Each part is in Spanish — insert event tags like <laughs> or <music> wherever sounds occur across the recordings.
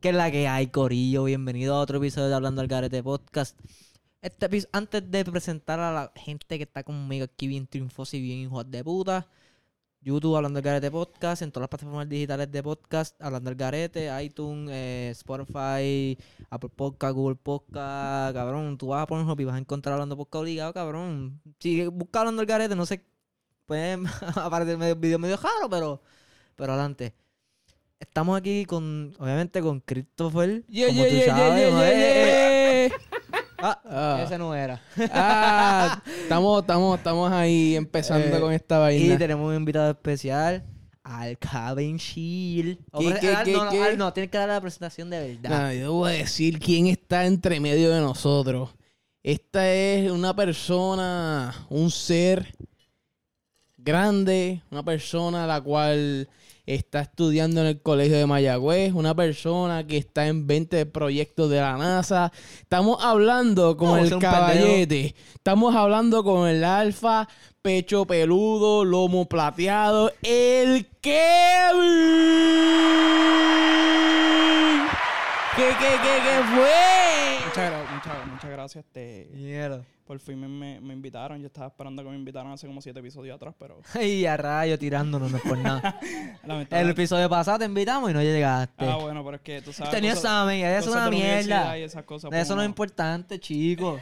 Que es la que hay, Corillo? Bienvenido a otro episodio de Hablando al Garete Podcast. Este episodio, antes de presentar a la gente que está conmigo aquí, bien triunfosa y bien hijos de puta, YouTube Hablando al Garete Podcast, en todas las plataformas digitales de podcast, Hablando al Garete, iTunes, eh, Spotify, Apple Podcast, Google Podcast, cabrón. Tú vas a Pornhub y vas a encontrar Hablando Podcast obligado, cabrón. Si buscas Hablando al Garete, no sé, pueden <laughs> aparecer medio, video medio raro, pero, pero adelante. Estamos aquí con, obviamente, con Christopher. Yeah, como yeah, tú yeah, sabes, yeah, ¿no? yeah, Eh, eh, eh. yeah, yeah. Ah, Ah. ese no era. <laughs> Ah, estamos, estamos, estamos ahí empezando Eh, con esta Y vaina. tenemos un invitado especial, al Cabin Shield. O ¿Qué, pre- qué, ah, qué, no, no, qué? ah, no, tienes que dar la presentación de verdad. Nada, yo debo decir quién está entre medio de nosotros. Esta es una persona, un ser grande, una persona la cual está estudiando en el colegio de Mayagüez, una persona que está en 20 proyectos de la NASA. Estamos hablando con No, ese es el un pendejo. caballete, estamos hablando con el alfa, pecho peludo, lomo plateado, el Kevin. ¿Qué, qué, qué, qué fue? Muchas, gra- muchas, muchas gracias. Este, Mierda. <laughs> por fin me, me- me invitaron. Yo estaba esperando que me invitaran hace como siete episodios atrás, <laughs> pero Ay, a rayo tirándonos, no es por <laughs> nada. El lamentablemente. episodio pasado te invitamos y no llegaste. Ah, bueno, pero es que tú sabes. Tenía cosas- examen, eso es cosas una de la mierda. universidad y esas Eso cosas, pues, no es no. importante, <laughs> chicos.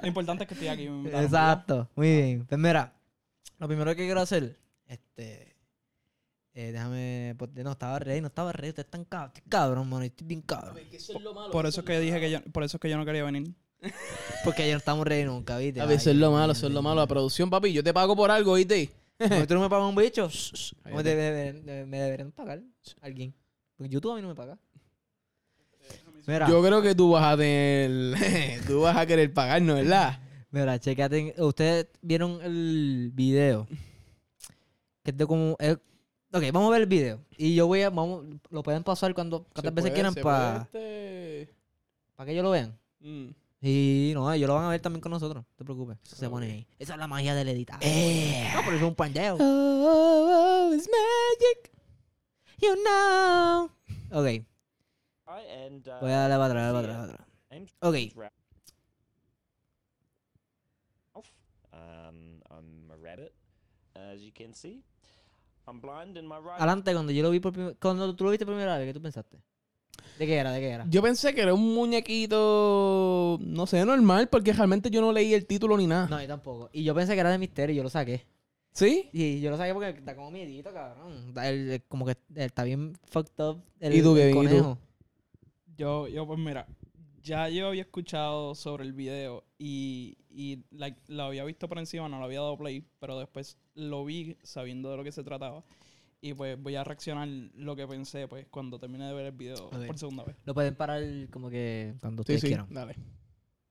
Lo importante es que estoy aquí. me invitaron, Exacto, Ah. muy bien. Pues mira, lo primero que quiero hacer, este. eh, déjame. porque No, estaba rey, no estaba rey. Ustedes están cabrón, estoy cabrón, mano. Estoy bien cabrón. ¿verdad? Por eso es que dije que yo, por eso es que yo no quería venir. Porque ayer no estamos rey nunca, ¿viste? A ver, eso Ay, es lo Dios malo, mío, eso es lo Dios malo. La producción, papi, yo te pago por algo, ¿oíste? mío. ¿Tú no me pagas un bicho? ¿Cómo te- me, cállate. deber- me deberían pagar? ¿Alguien? Porque YouTube a mí no me paga. Mira, Yo creo que tú vas a tener. <laughs> tú vas a querer pagarnos, ¿verdad? mira, checate. Ustedes vieron el video. Que es de como. es- ok, vamos a ver el video. Y yo voy a. Vamos, lo pueden pasar cuando, cuantas veces quieran para. Para que ellos lo vean. Y no, ellos lo van a ver también con nosotros. No te preocupes. Eso se pone ahí. Esa es la magia del editar. No, pero eso es un pandeo. Eh. Oh, it's magic. You know. Ok. Alright, and Voy uh, a darle para atrás, para atrás, para atrás. name's Ok. Ralph. Um, I'm a rabbit, as you can see. I'm blind in my right. Adelante, cuando yo lo vi por primera Cuando tú lo viste primera vez, ¿qué tú pensaste? ¿De qué era? ¿De qué era? Yo pensé que era un muñequito. No sé, normal, porque realmente yo no leí el título ni nada. No, yo tampoco. Y yo pensé que era de misterio y yo lo saqué. ¿Sí? Y yo lo saqué porque está como miedito, cabrón. Da el- el- como que está bien fucked up el, ¿Y tú, el Kevin? ¿Y tú? conejo. Yo, yo, pues mira, ya yo había escuchado sobre el video y, y like, lo había visto por encima, no lo había dado play, pero después lo vi sabiendo de lo que se trataba. Y pues voy a reaccionar lo que pensé pues cuando termine de ver el video Ok. por segunda vez. Lo pueden parar como que cuando Sí, ustedes sí. quieran. Dale.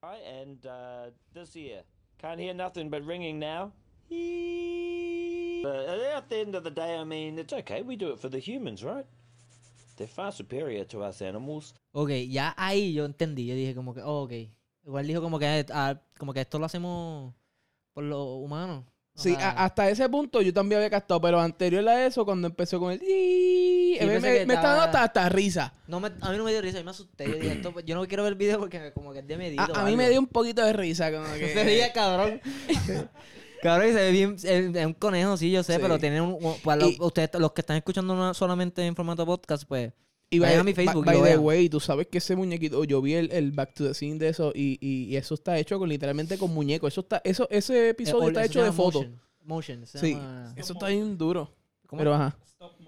Alright, and uh, this here. Can't hear nothing but ringing now. But at the end of the day, I mean, it's okay. We do it for the humans, right? They're far superior to us animals. Ok, ya ahí yo entendí. Yo dije como que, oh, ok. Igual dijo como que, ah, como que esto lo hacemos por los humanos. O Sí, sea, a- hasta ese punto yo también había castado, pero anterior a eso, cuando empezó con el. Sí, me, pensé me- que me está dando estaba- hasta, hasta risa. no me- a mí no me dio risa, a mí me asusté. Yo dije, esto, pues, yo no quiero ver el video porque como que es de medido. A, a mí me dio un poquito de risa. <laughs> Como que... <laughs> Se veía cabrón. Eh. <laughs> cabrón, y se ve bien. Es es un conejo, sí, yo sé, Sí. pero tiene un. un- para los- Y- ustedes, los que están escuchando no- solamente en formato podcast, pues. Y Vayan by- a mi Facebook y By, lo by the vean. way, tú sabes que ese muñequito, yo vi el, el Back to the Scene de eso y, y- y eso está hecho con literalmente con muñeco. Eso está, eso, ese eh, episodio o- está eso hecho se de llama fotos. Motion, motion, se Sí, llama- eso está bien duro. ¿Cómo Pero ajá. Stop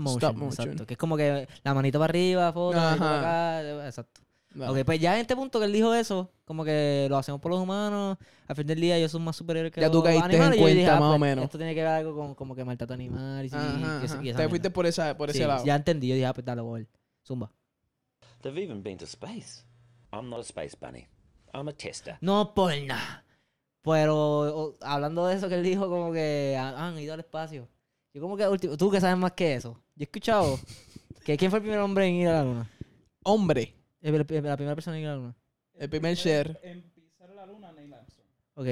motion, Stop motion. exacto. Que es como que la manito para arriba, foto, la manito para acá, exacto. Dale. Ok, pues ya en este punto que él dijo eso, como que lo hacemos por los humanos, al fin del día ellos son más superiores que Ya tú los caíste en animales, y yo dije, cuenta, ah, más o pues, menos. Esto tiene que ver algo con como que maltrato animal y, sí, Ajá, y, ese- y ajá. esa Te mierda. fuiste por, esa, por Sí, ese lado. Ya entendí, yo dije, ah, pues dale, voy. Zumba. They've even been to space. I'm not a space bunny. I'm a tester. No por nada. Pero o- hablando de eso que él dijo, como que ah, han ido al espacio. Yo como que último, tú que sabes más que eso. Yo he <laughs> escuchado que quién fue el primer hombre en ir a la luna. Hombre, El- el- La primera persona en ir a la luna. el primer share. En pisar la luna, Neil Armstrong. Ok.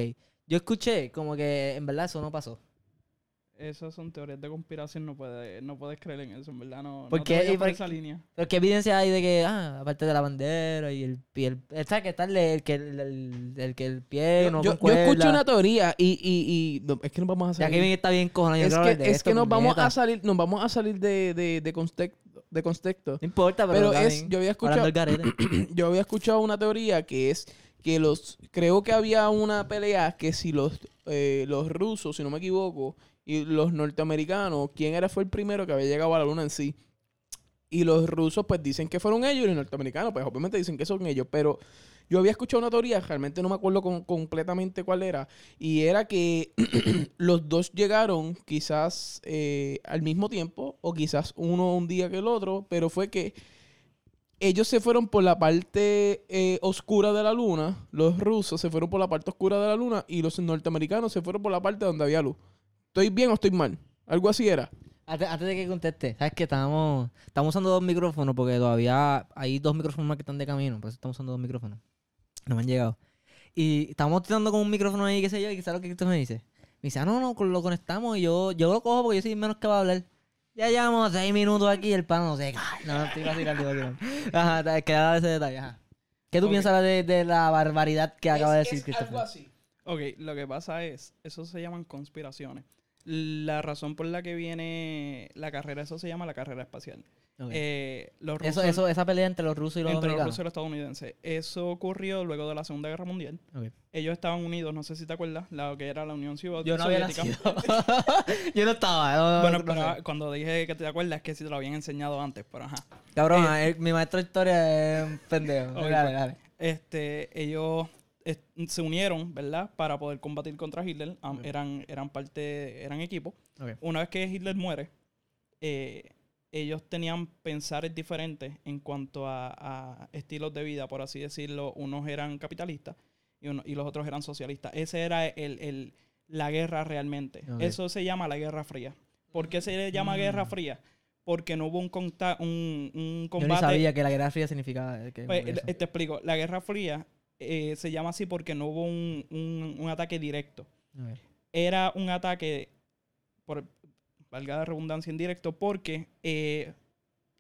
Yo escuché como que en verdad eso no pasó. esas son teorías de conspiración, no puedes, no puedes creer en eso, en verdad no. ¿Por no qué? te vayas ¿Y por por esa línea. Pero qué evidencia hay de que, ah, aparte de la bandera y el pie, el, el- ¿sabes qué tal? El que el, el- el que el pie Yo, no yo- yo concuerda? escucho una teoría y, y, y no, es que nos vamos a Ya salir. que bien está bien cojonado. yo es quiero que, hablar de es esto, que nos vamos puñeta. a salir, nos vamos a salir de, de, de contexto, de contexto. No importa, pero, Pero está es, bien. yo había Hablando escuchado, del garete. yo había escuchado una teoría que es que los, creo que había una pelea que si los, eh, los rusos, si no me equivoco, y los norteamericanos, quién era fue el primero que había llegado a la luna en sí. Y los rusos pues dicen que fueron ellos y los norteamericanos pues obviamente dicen que son ellos, pero yo había escuchado una teoría, realmente no me acuerdo con- completamente cuál era, y era que <clears throat> los dos llegaron quizás eh, al mismo tiempo o quizás uno un día que el otro, pero fue que ellos se fueron por la parte eh, oscura de la luna, los rusos se fueron por la parte oscura de la luna y los norteamericanos se fueron por la parte donde había luz. ¿Estoy bien o estoy mal? Algo así era. Antes, antes de que conteste, sabes que estamos, estamos usando dos micrófonos porque todavía hay dos micrófonos más que están de camino, por eso estamos usando dos micrófonos. No me han llegado. Y estamos tirando con un micrófono ahí, qué sé yo, y quizás lo que Cristo me dice. Me dice, ah, no, no, lo conectamos y yo, yo lo cojo porque yo soy el menos que va a hablar. Ya llevamos seis minutos aquí y el pan no <laughs> se cae. No, no, te iba a tirar, te iba a tirar. Ajá, te- queda ese detalle, ajá. ¿Qué tú Ok. piensas de, de la barbaridad que acaba de decir Christopher? así. Ok, lo que pasa es, eso se llaman conspiraciones. La razón por la que viene la carrera, eso se llama la carrera espacial. Ok. Eh, los rusos, eso, eso, esa pelea entre los rusos y los entre los americanos. rusos y los estadounidenses. Eso ocurrió luego de la Segunda Guerra Mundial. Ok. Ellos estaban unidos, no sé si te acuerdas, la que era la Unión Soviética. Yo no había nacido. <laughs> Yo no estaba. no, no, <laughs> Bueno, no sé. pero ah, cuando dije que te acuerdas es que sí te lo habían enseñado antes, pero ajá. Cabrón, eh, mi maestro de historia es un pendejo. Ok, dale, pues. dale. Este, ellos es- se unieron, ¿verdad? Para poder combatir contra Hitler. Am- eran, eran parte, eran equipo. Ok. Una vez que Hitler muere, eh, ellos tenían pensares diferentes en cuanto a, a estilos de vida, por así decirlo. Unos eran capitalistas y, uno- y los otros eran socialistas. Ese era el, el- la guerra realmente. Ok. Mm. Eso se llama la Guerra Fría. ¿Por qué se le llama Guerra Fría? Porque no hubo un, conta- un, un Yo ni combate sabía que la Guerra Fría significaba. eh, Que pues, eso. eh, te explico. La Guerra Fría eh, se llama así porque no hubo un, un- un ataque directo. Ok. Era un ataque, por, valga la redundancia, indirecto, porque, eh,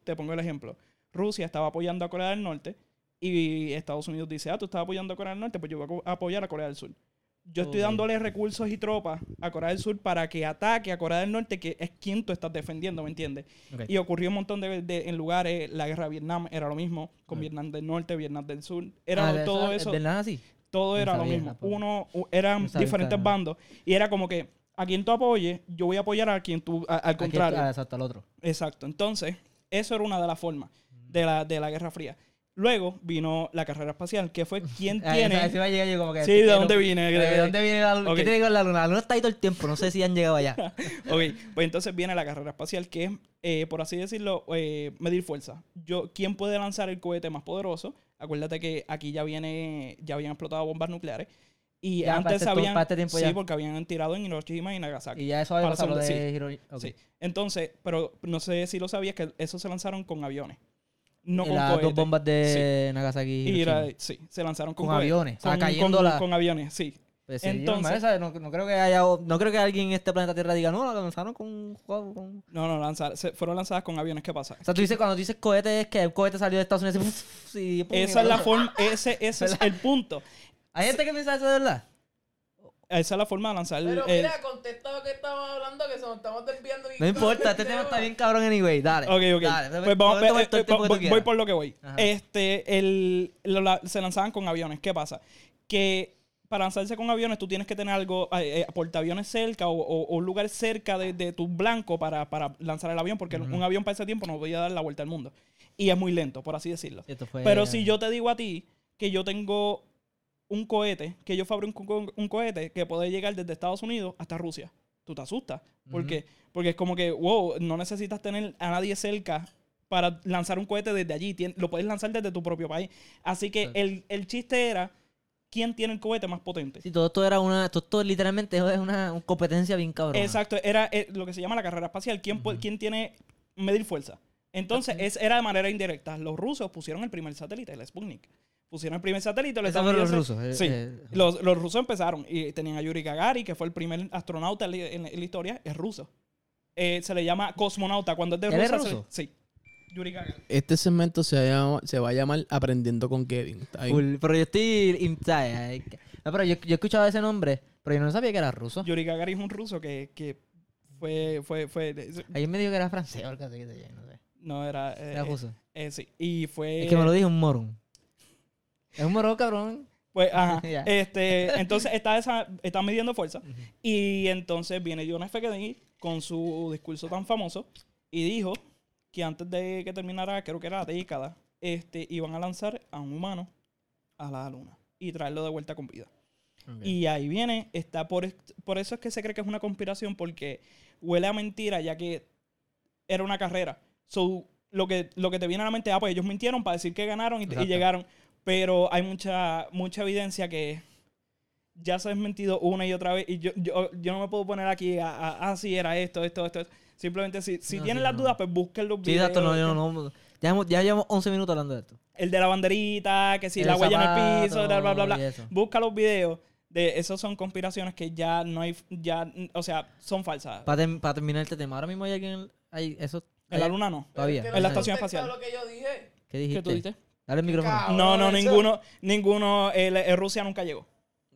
te pongo el ejemplo, Rusia estaba apoyando a Corea del Norte y Estados Unidos dice, ah, tú estás apoyando a Corea del Norte, pues yo voy a co- a apoyar a Corea del Sur. Yo estoy Ok. dándole recursos y tropas a Corea del Sur para que ataque a Corea del Norte, que es quien tú estás defendiendo, ¿me entiendes? Ok. Y ocurrió un montón de, de- en lugares, la guerra de Vietnam era lo mismo, con Ah. Vietnam del Norte, Vietnam del Sur, era Ah, lo- de todo eso, De nada así. todo no era lo sabía, mismo. tampoco. Uno, u- eran No sabía, diferentes claro. bandos y era como que a quien tú apoyes, yo voy a apoyar a quien tú, a- al contrario. ah, exacto, al otro. Exacto, entonces, eso era una de las formas de la, de la Guerra Fría. Luego vino la carrera espacial, que <laughs> fue quién Ah, tiene... esa- esa iba a llegar yo como que. sí, ¿de pero- dónde vine? eh, ¿De dónde viene la luna? Ok. ¿Qué tiene que ver la luna? La luna está ahí todo el tiempo. No sé si han llegado allá. <laughs> Ok, pues entonces viene la carrera espacial, que es, eh, por así decirlo, eh, medir fuerza. Yo, ¿Quién puede lanzar el cohete más poderoso? Acuérdate que aquí ya viene, ya habían explotado bombas nucleares. Y Ya, para antes este- todo- habían. para este tiempo sí, ya. porque habían tirado en Hiroshima y Nagasaki. Y ya eso había Para pasado lo la segunda- de Hiro- ok. Sí. Entonces, pero no sé si lo sabías que eso se lanzaron con aviones. No Y con Eh, las dos cohetes. bombas de Nagasaki. y Y era- Hiroshima. sí, se lanzaron con, Con cohetes. aviones, o sea, Con- cayendo con- la- con aviones, sí. Pues sí, yo, entonces- madre, ¿sabes? no, no creo que haya, no creo que alguien en este planeta Tierra diga, no, la lanzaron con un juego, con No, no, lanzar, se- fueron lanzadas con aviones. ¿Qué pasa? O sea, tú dices, cuando tú dices cohete, es que el cohete salió de Estados Unidos y... puf, <laughs> y pum, Esa y- es la forma, ese, ese <laughs> es el punto. Hay gente que piensa eso de verdad. Esa es la forma de lanzar el- contesta lo que estamos hablando, que nos estamos desviando. No importa, este tema está bien cabrón anyway. Dale. Ok, ok. Dale, dame- pues vamos, dame todo eh, el eh, tiempo que tú voy, quieras. voy por lo que voy. Ajá. Este, el, lo la- se lanzaban con aviones. ¿Qué pasa? Que para lanzarse con aviones tú tienes que tener algo, eh, eh, portaaviones cerca o, o- o un lugar cerca de, de tu blanco para, para lanzar el avión, porque un avión para ese tiempo no podía dar la vuelta al mundo. Y es muy lento, por así decirlo. Esto fue- Pero si yo te digo a ti que yo tengo un cohete, que yo fabrico un, co- un cohete que puede llegar desde Estados Unidos hasta Rusia, tú te asustas. ¿Por Ujú. qué? Porque es como que, wow, no necesitas tener a nadie cerca para lanzar un cohete desde allí. Tien- lo puedes lanzar desde tu propio país. Así que Exacto. el, el chiste era, ¿quién tiene el cohete más potente? Sí, todo esto era una... Todo esto literalmente es una, una competencia bien cabrón. Exacto, era eh, lo que se llama la carrera espacial. ¿Quién, pu- quién tiene medir fuerza? Entonces, es, era de manera indirecta. Los rusos pusieron el primer satélite, el Sputnik. Pusieron el primer satélite. Los Eso fueron los estadounidenses- rusos. eh, Sí. eh, Los, los rusos empezaron y tenían a Yuri Gagarin, que fue el primer astronauta en la, en la- en la historia, es ruso. Eh, se le llama cosmonauta. Cuando es de ¿Él Rusia, es se- ruso? sí. Yuri Gagarin. Este segmento se, llama- se va a llamar Aprendiendo con Kevin. Está bien. full. Pero yo estoy. in- ¿sabes? Ay, que- No, pero yo, yo he escuchado ese nombre, pero yo no sabía que era ruso. Ah. Yuri Gagarin es un ruso que, que fue, fue, fue. Alguien me dijo que era francés o algo así, que sé yo, no sé. No, era. eh, Era ruso. eh, sí. Y fue. Es que me lo dijo un morón. Es un morón, cabrón. Pues, ajá. Ya. este, entonces está, esa, está midiendo fuerza. Y entonces viene John F. Kennedy con su discurso tan famoso y dijo que antes de que terminara, creo que era la década, este, iban a lanzar a un humano a la luna y traerlo de vuelta con vida. Y ahí viene, está por, est- por eso es que se cree que es una conspiración, porque huele a mentira, ya que era una carrera. So, lo que, lo que te viene a la mente, ah, pues ellos mintieron para decir que ganaron y, te- y Exacto. llegaron. Pero hay mucha, mucha evidencia que ya se ha desmentido una y otra vez. Y yo, yo, yo no me puedo poner aquí, a, a- ah, sí, era esto, esto, esto. esto. Simplemente, si, si No, tienen sí, las no. dudas, pues busquen los Sí, videos. exacto, no, yo que- no. no- Ya, hemos- ya llevamos 11 minutos hablando de esto. El de la banderita, que si El la huella en el piso, zapato bla, bla, bla, bla y eso. busca los videos de esos son conspiraciones que ya no hay ya o sea son falsas Para terminar este tema, ahora mismo hay alguien. Hay, eso, en la hay- luna no eh, Todavía. en la estación espacial. lo que yo dije. ¿Qué dijiste? ¿Qué tú diste? Dale el micrófono. Cabrón. no no eso- ninguno ninguno el, el Rusia nunca llegó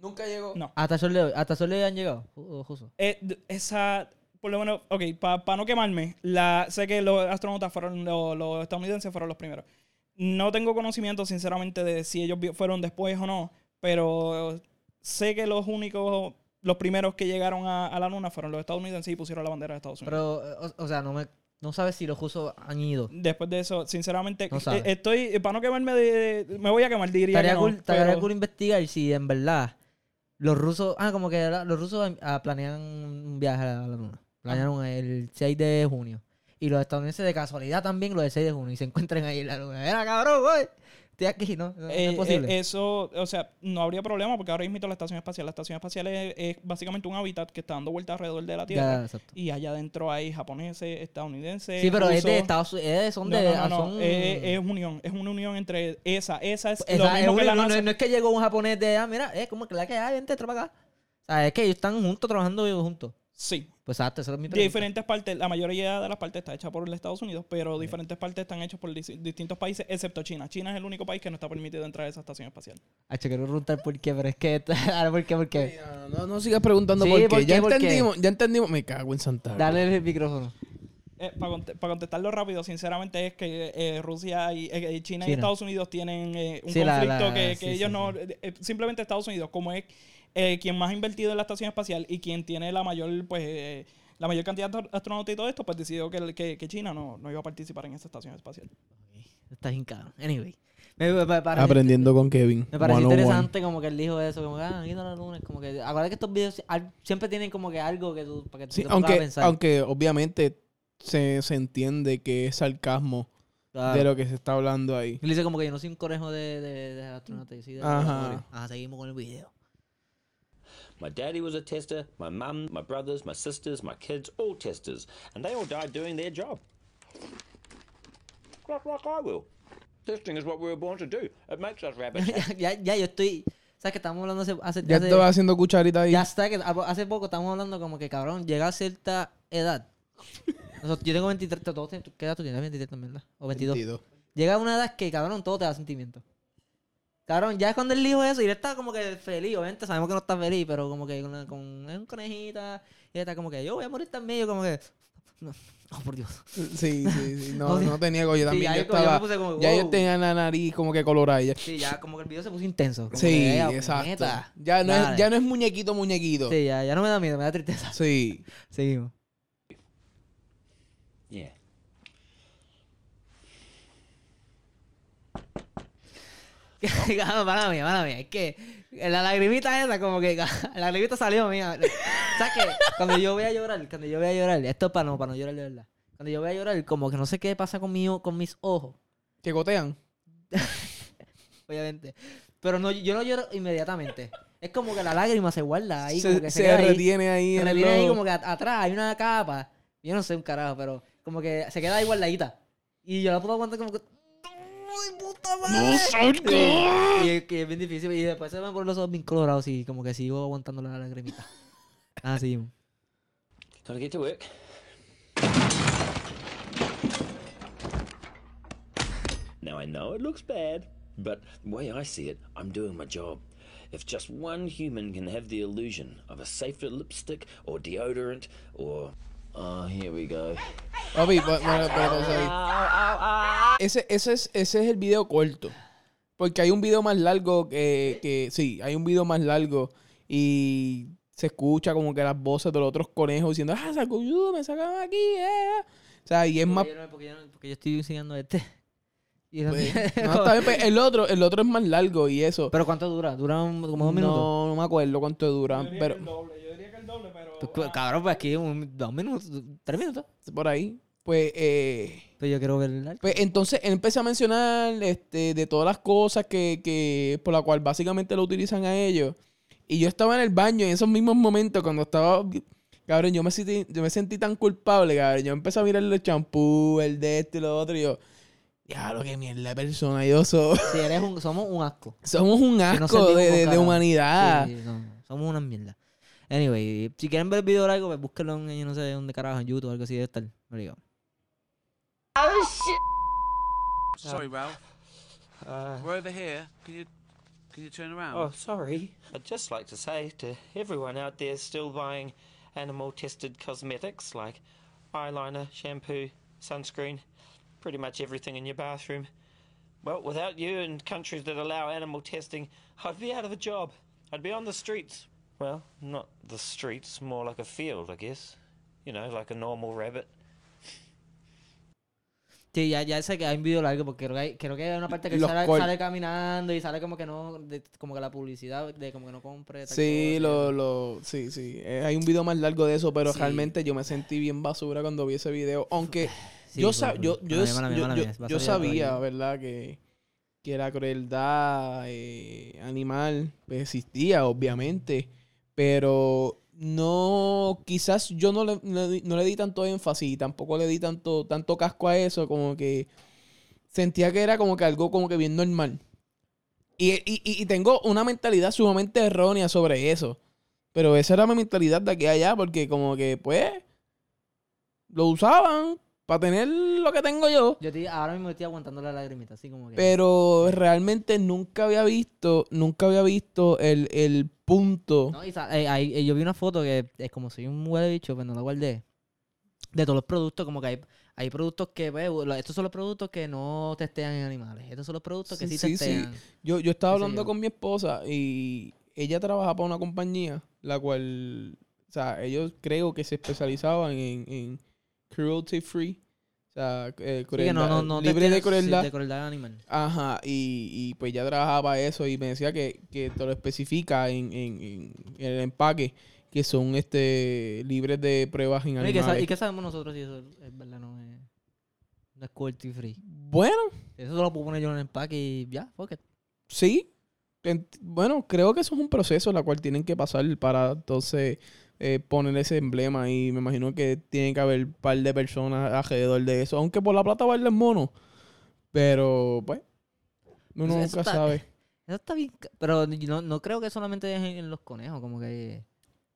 Nunca llegó. No. Hasta Sol de hoy. Hasta Sol de hoy han llegado. Ju- Justo. Eh, d- esa por lo menos ok para no quemarme la sé que los astronautas fueron los, los estadounidenses fueron los primeros no tengo conocimiento sinceramente de si ellos vi- fueron después o no pero sé que los únicos los primeros que llegaron a, a la luna fueron los estadounidenses y pusieron la bandera de Estados Unidos Pero, eh, o, o sea, no me no sabes si los rusos han ido. Después de eso, sinceramente, No eh, sabe. estoy, eh, para no quemarme de, de- me voy a quemar, diría Estaría que no, cool, estaría pero cool investigar si en verdad los rusos. Ah, como que era- los rusos ah, planean un viaje a la, a la luna. Planearon el 6 de junio. Y los estadounidenses de casualidad también, los del 6 de junio. Y se encuentran ahí en la luna. Era cabrón, güey. Estoy aquí, ¿no? No, no eh, es posible. eh, eso, o sea, no habría problema porque ahora mismo la estación espacial, la estación espacial es, es básicamente un hábitat que está dando vueltas alrededor de la Tierra Ya, exacto. y allá adentro hay japoneses, estadounidenses. Sí, pero es de rusos. Estados Unidos. Son eh, No, de. no, no, ah, no, son- Es, es unión, es una unión entre esa, esa es lo Esa- es mismo que una- la no, NASA. no- no es que llegó un japonés de, ah, mira, es como que la que hay, vente, entra para acá. O sea, es que ellos están juntos, trabajando ellos juntos. Sí, Pues exacto, esa es mi de pregunta. diferentes partes, la mayoría de las partes está hecha por los Estados Unidos, pero diferentes partes están hechas por dis- distintos países, excepto China. China es el único país que no está permitido entrar a esa estación espacial. Ah, che, quiero preguntar por qué, pero es que... <laughs> ahora, ¿Por qué, por qué? No, Eh, no, no sigas preguntando Sí, por qué. ¿por ya qué, por qué? entendimos, ya entendimos. Me cago en Santa. Dale el micrófono. para, contestarlo rápido, sinceramente es que eh, Rusia y eh, eh, China, China. y Estados Unidos tienen eh, un Sí, la- conflicto la- que, que sí, ellos sí, no... eh, eh, simplemente Estados Unidos, como es eh, quien más ha invertido en la estación espacial y quien tiene la mayor, pues... eh, la mayor cantidad de astronautas y todo esto, pues decidió que, que- que China no, no iba a participar en esa estación espacial. Estás bien cabrón. Anyway. Me, me- me parece- Aprendiendo con Kevin. me pareció 101. interesante como que él dijo eso, como que, ah, han ido a la luna, es como que... Acuérdate que estos videos al- siempre tienen como que algo que tú... Para que tú Sí, te pongas a aunque, pensar. aunque obviamente se, se entiende que es sarcasmo Claro. de lo que se está hablando ahí. Él dice como que yo no soy un conejo de, de, de astronauta, yo soy de Ajá. laboratorio. Ajá, seguimos con el video. <laughs> My daddy was a tester, my mum, my brothers, my sisters, my kids, all testers, and they all died doing their job. Just like I will. Testing is what we were born to do. It makes us <laughs> rabbits. happy. ya, ya, yo estoy... ¿Sabes que estamos hablando hace... hace- Ya hace- te vas haciendo cucharita ahí. Ya está, que a- hace poco estábamos hablando como que cabrón, llega a cierta edad. Nosotros- yo tengo 23, todos tienen- ¿qué edad tú tienes? 23 también, ¿verdad? O 22. Sentido. Llega una edad que cabrón, todo te da sentimiento. Cabrón, ya es cuando él dijo eso y él está como que feliz, obviamente sabemos que no está feliz, pero como que con, con- es un conejita y él está como que yo voy a morir también, yo como que... No, oh, por Dios. Sí, sí, sí. No, <laughs> No, sí. no te niego. Yo Sí, también ya yo yo como- yo me estaba. puse como, Ya yo wow. tenía la nariz como que colorada. y ya. Sí, ya como que el video se puso intenso. como Sí, que, "Ea, exacto. puñeta". Ya no, es, Dale. ya no es muñequito, muñequito. Sí. Sí, ya, ya no me da miedo, me da tristeza. <laughs> Seguimos. yeah. <laughs> Cabrón, mala mía, mala mía. Es que la lagrimita esa, como que <laughs> la lagrimita salió mía. O sea que cuando yo voy a llorar, cuando yo voy a llorar, esto es para no, para no llorar de verdad. Cuando yo voy a llorar, como que no sé qué pasa conmigo, con mis ojos, Que gotean. obviamente. Pero no, yo no lloro inmediatamente. Es como que la lágrima se guarda ahí, como se que se, se queda ahí. retiene ahí. Se en el retiene ahí ojo. como que at- atrás, hay una capa. Yo no sé un carajo, pero como que ¡Ah! se queda ahí guardadita. Y yo la puedo aguantar como que. de puta madre. Y es, que es bien difícil. Y después se me ponen los ojos bien colorados y como que sigo aguantando la lagrimita. Ah, sí. Time to get to work. Now I know it looks bad, but the way I see it, I'm doing my job. If just one human can have the illusion of a safer lipstick or deodorant or. Oh, here we go. Papi, pa- pa- pa- Ah, pausa ahí. Ese, ese, es, ese es el video corto. Porque hay un video más largo que, que. Sí, hay un video más largo. Y se escucha como que las voces de los otros conejos diciendo: ¡Ah, sacudido, me sacan aquí! eh". O sea, y <laughs> es más. Porque yo no- porque, yo no- porque yo estoy enseñando este. <laughs> Y eso pues, sí. no, está bien, pues, el, otro, el otro es más largo y eso. <laughs> Pero ¿cuánto dura? ¿Dura un- como dos minutos? No, no me acuerdo cuánto dura. Yo diría Ah, Pero que el doble, yo diría que el doble, pero. Pues, cu- ah, Cabrón, pues aquí un- dos minutos, tres minutos. por ahí. Pues. Eh, Pero yo quiero ver el arte. Pues entonces él empezó a mencionar este, de todas las cosas que, que por la cual básicamente lo utilizan a ellos. Y yo estaba en el baño en esos mismos momentos cuando estaba... Cabrón, yo me sentí, yo me sentí tan culpable, cabrón. Yo empecé a mirar los champú, el de este y lo otro. Y yo, diablo, qué mierda de persona yo soy. Si eres un, somos un asco. <laughs> Somos un asco sentimos de, con de- de cara. humanidad. Sí, no, somos una mierda. Anyway, si quieren ver el video largo, pues búsquenlo en, yo no sé dónde carajo, en YouTube o algo así de estar. No digo. Um, Sorry, <sighs> Ralph. uh, We're over here. Can you can you turn around? Oh, sorry. I'd just like to say to everyone out there still buying animal tested cosmetics like eyeliner, shampoo, sunscreen, pretty much everything in your bathroom. Well, without you and countries that allow animal testing, I'd be out of a job. I'd be on the streets. Well, not the streets, more like a field, I guess. You know, like a normal rabbit. Sí, ya, ya sé que hay un video largo porque creo que hay, creo que hay una parte que él Los sale, cor- sale caminando y sale como que no, de- como que la publicidad de como que no compre. tal Sí, cosa. lo, lo, sí, sí. Eh, hay un video más largo de eso, pero Sí. realmente yo me sentí bien basura cuando vi ese video. Aunque Sí, yo, fue sab- horrible. yo, yo, Mala mía, mala mía, yo- mala yo- mía. Va a salir otro yo sabía, aquí. ¿verdad? Que, que la crueldad eh, animal pues, existía, obviamente. Pero no, quizás yo no le, no le di- no le di tanto énfasis y tampoco le di tanto, tanto casco a eso, como que sentía que era como que algo como que bien normal. Y, y- y- y tengo una mentalidad sumamente errónea sobre eso. Pero esa era mi mentalidad de aquí a allá, porque como que, pues, lo usaban para tener lo que tengo yo. Yo estoy- ahora mismo estoy aguantando la lagrimita, así como que. Pero realmente nunca había visto, nunca había visto el, el punto. No, y sa- eh, ahí- eh, yo vi una foto que es como soy un huele bicho, pero no la guardé. De todos los productos, como que hay, hay productos que, pues, lo- estos son los productos que no testean en animales. Estos son los productos que Sí, sí, sí, sí. testean. Yo, yo estaba Qué sé hablando yo. con mi esposa y ella trabaja para una compañía, la cual, o sea, ellos creo que se especializaban en, en cruelty free. O sea, eh, Sí, que no, crueldad- no, no libre testean- de sí, crueldad. de crueldad animal. Ajá, y, y pues ya trabajaba eso y me decía que, que te lo especifica en, en- en- en el empaque, que son este libres de pruebas en No, ¿Y qué, sa- animales. y qué sabemos nosotros si eso es verdad? No es, no es cruelty free. Bueno, Eso lo puedo poner yo en el empaque y ya, fuck it. sí. En- Bueno, creo que eso es un proceso la cual tienen que pasar para entonces eh, poner ese emblema y me imagino que tiene que haber un par de personas alrededor de eso, aunque por la plata vale el mono. Pero, pues, uno Pues nunca eso está- sabe. Eso está bien. ca- Pero no, no creo que solamente es en, en los conejos, como que.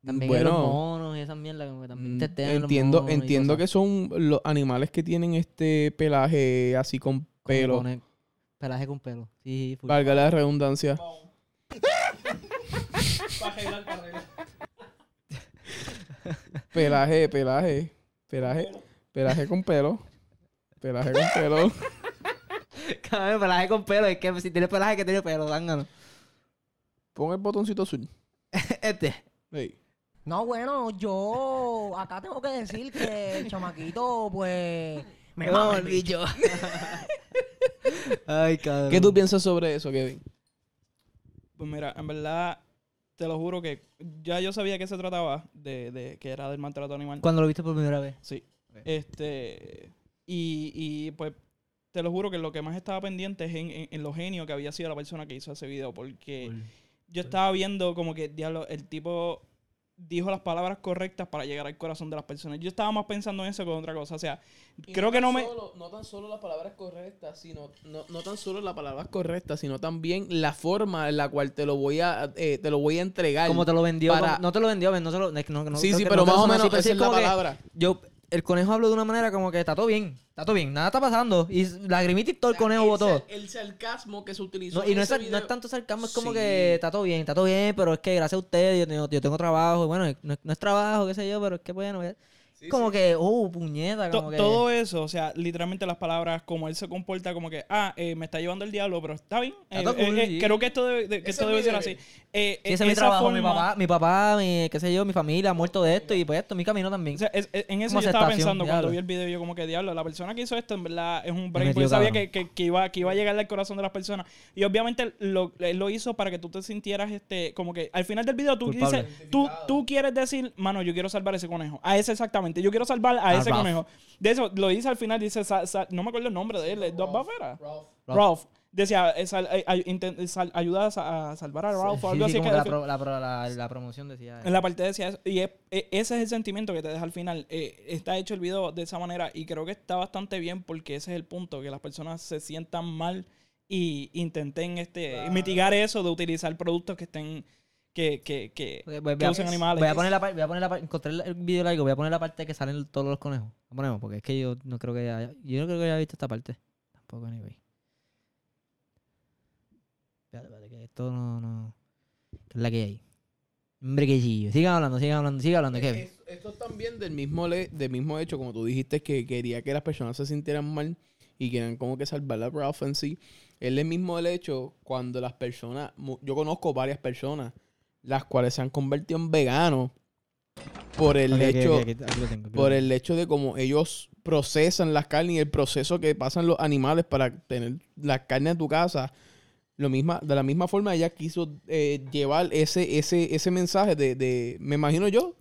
También en los Bueno. monos y esas mierdas, como que también Mm, testean. los entiendo monos y entiendo cosas. que son los animales que tienen este pelaje así con Como pelo. cone- Pelaje con pelo. Sí, full. Valga la redundancia. para arreglar, para arreglar. Pelaje, pelaje. Pelaje. Pelaje con pelo. Pelaje con <laughs> pelo. <laughs> Cabrón, pelaje con pelo. Es que si tiene pelaje que tiene pelo, dángalo. <laughs> Pon el botoncito azul. Este. Ahí. No, bueno, yo acá tengo que decir que el chamaquito, pues, me mama el bicho. <laughs> <laughs> Ay, cabrón. ¿Qué tú piensas sobre eso, Kevin? Pues mira, en verdad, te lo juro que ya yo sabía que se trataba de, de que era del maltrato animal. Cuando lo viste por primera vez. Sí. Este. Y, y, pues, te lo juro que lo que más estaba pendiente es en, en- en lo genio que había sido la persona que hizo ese video. Porque yo estaba viendo como que, diablo, el tipo dijo las palabras correctas para llegar al corazón de las personas. Yo estaba más pensando en eso que en otra cosa. O sea, creo que no me... No tan solo las palabras correctas, sino. No, no tan solo las palabras correctas, sino también la forma en la cual te lo voy a, eh, te lo voy a entregar. Como te lo vendió. Para- como- no te lo vendió, no te lo. es que No, no, Sí, creo sí, que pero no te lo más o sonó menos así, pero sí esa es la como que palabra. Yo, el conejo habló de una manera como que está todo bien, está todo bien, nada está pasando. Y lagrimita y todo el conejo El botó. sar- El, sarcasmo que se utilizó. No, en y no es, ese sar- no video- es tanto sarcasmo, es como Sí. que está todo bien, está todo bien, pero es que gracias a ustedes yo, tengo- yo tengo trabajo. Bueno, no es, no es trabajo, qué sé yo, pero es que bueno. es- como que, oh, puñeta, To- como que. Todo eso, o sea, literalmente las palabras, como él se comporta, como que, ah, eh, me está llevando el diablo, pero está bien. Está Eh, todo eh, cool, eh, sí. creo que esto debe, de- Ese que esto es mi debe ser así. deber. Eh, eh, Sí, ese es mi esa trabajo, mi forma- papá, mi papá, mi, qué sé yo, mi familia ha muerto de esto y pues esto, mi camino también. O sea, es- es- en eso Como yo estaba aceptación, pensando cuando diablo. vi el video, yo como que diablo, la persona que hizo esto en verdad es un metió brain, porque sabía cabrón. que, que- que iba, que iba a llegar al corazón de las personas. Y obviamente lo, él lo hizo para que tú te sintieras este, como que al final del video tú Culpable. dices, tú, tú quieres decir, mano, yo quiero salvar a ese conejo. A ese exactamente, yo quiero salvar a A ese Ah, Ralph. conejo. De eso, lo dice al final, dice, sa- sa- no me acuerdo el nombre de él, ¿Doc Buff era? Ralph. Ralph. Ralph. Decía, eh, sal- eh, ay- inten- sal- ayuda a, sa- a salvar a Ralph o Sí, sí, algo así. como que que al la, fin- pro- la pro- la- la promoción decía. en la parte decía eso. Y es- e- ese es el sentimiento que te deja al final. Eh, está hecho el video de esa manera y creo que está bastante bien porque ese es el punto, que las personas se sientan mal y intenten este mitigar eso de utilizar productos que estén... que, que, que Ok, voy, voy que a, usan animales. voy a poner la parte, voy a poner la parte, encontré el- el video largo, voy a poner la parte que salen todos los conejos. La ponemos, porque es que yo no creo que haya, yo no creo que haya visto esta parte. Tampoco, anyway. Espérate, espérate, que esto no, no. que es la que hay. Hombre, que chillo. Sigan hablando, sigan hablando, sigan hablando, Kevin. Es- Esto es también del mismo, le- del mismo hecho, como tú dijiste, que quería que las personas se sintieran mal y quieran como que salvar la Ralph en sí. Es el mismo el hecho cuando las personas, mu- yo conozco varias personas, las cuales se han convertido en veganos por el Ok, ok, hecho... ok, aquí- aquí lo tengo, aquí lo por tengo. el hecho de cómo ellos procesan las carnes y el proceso que pasan los animales para tener las carnes en tu casa. Lo misma, de la misma forma ella quiso eh, llevar ese, ese, ese mensaje de, de- me imagino yo,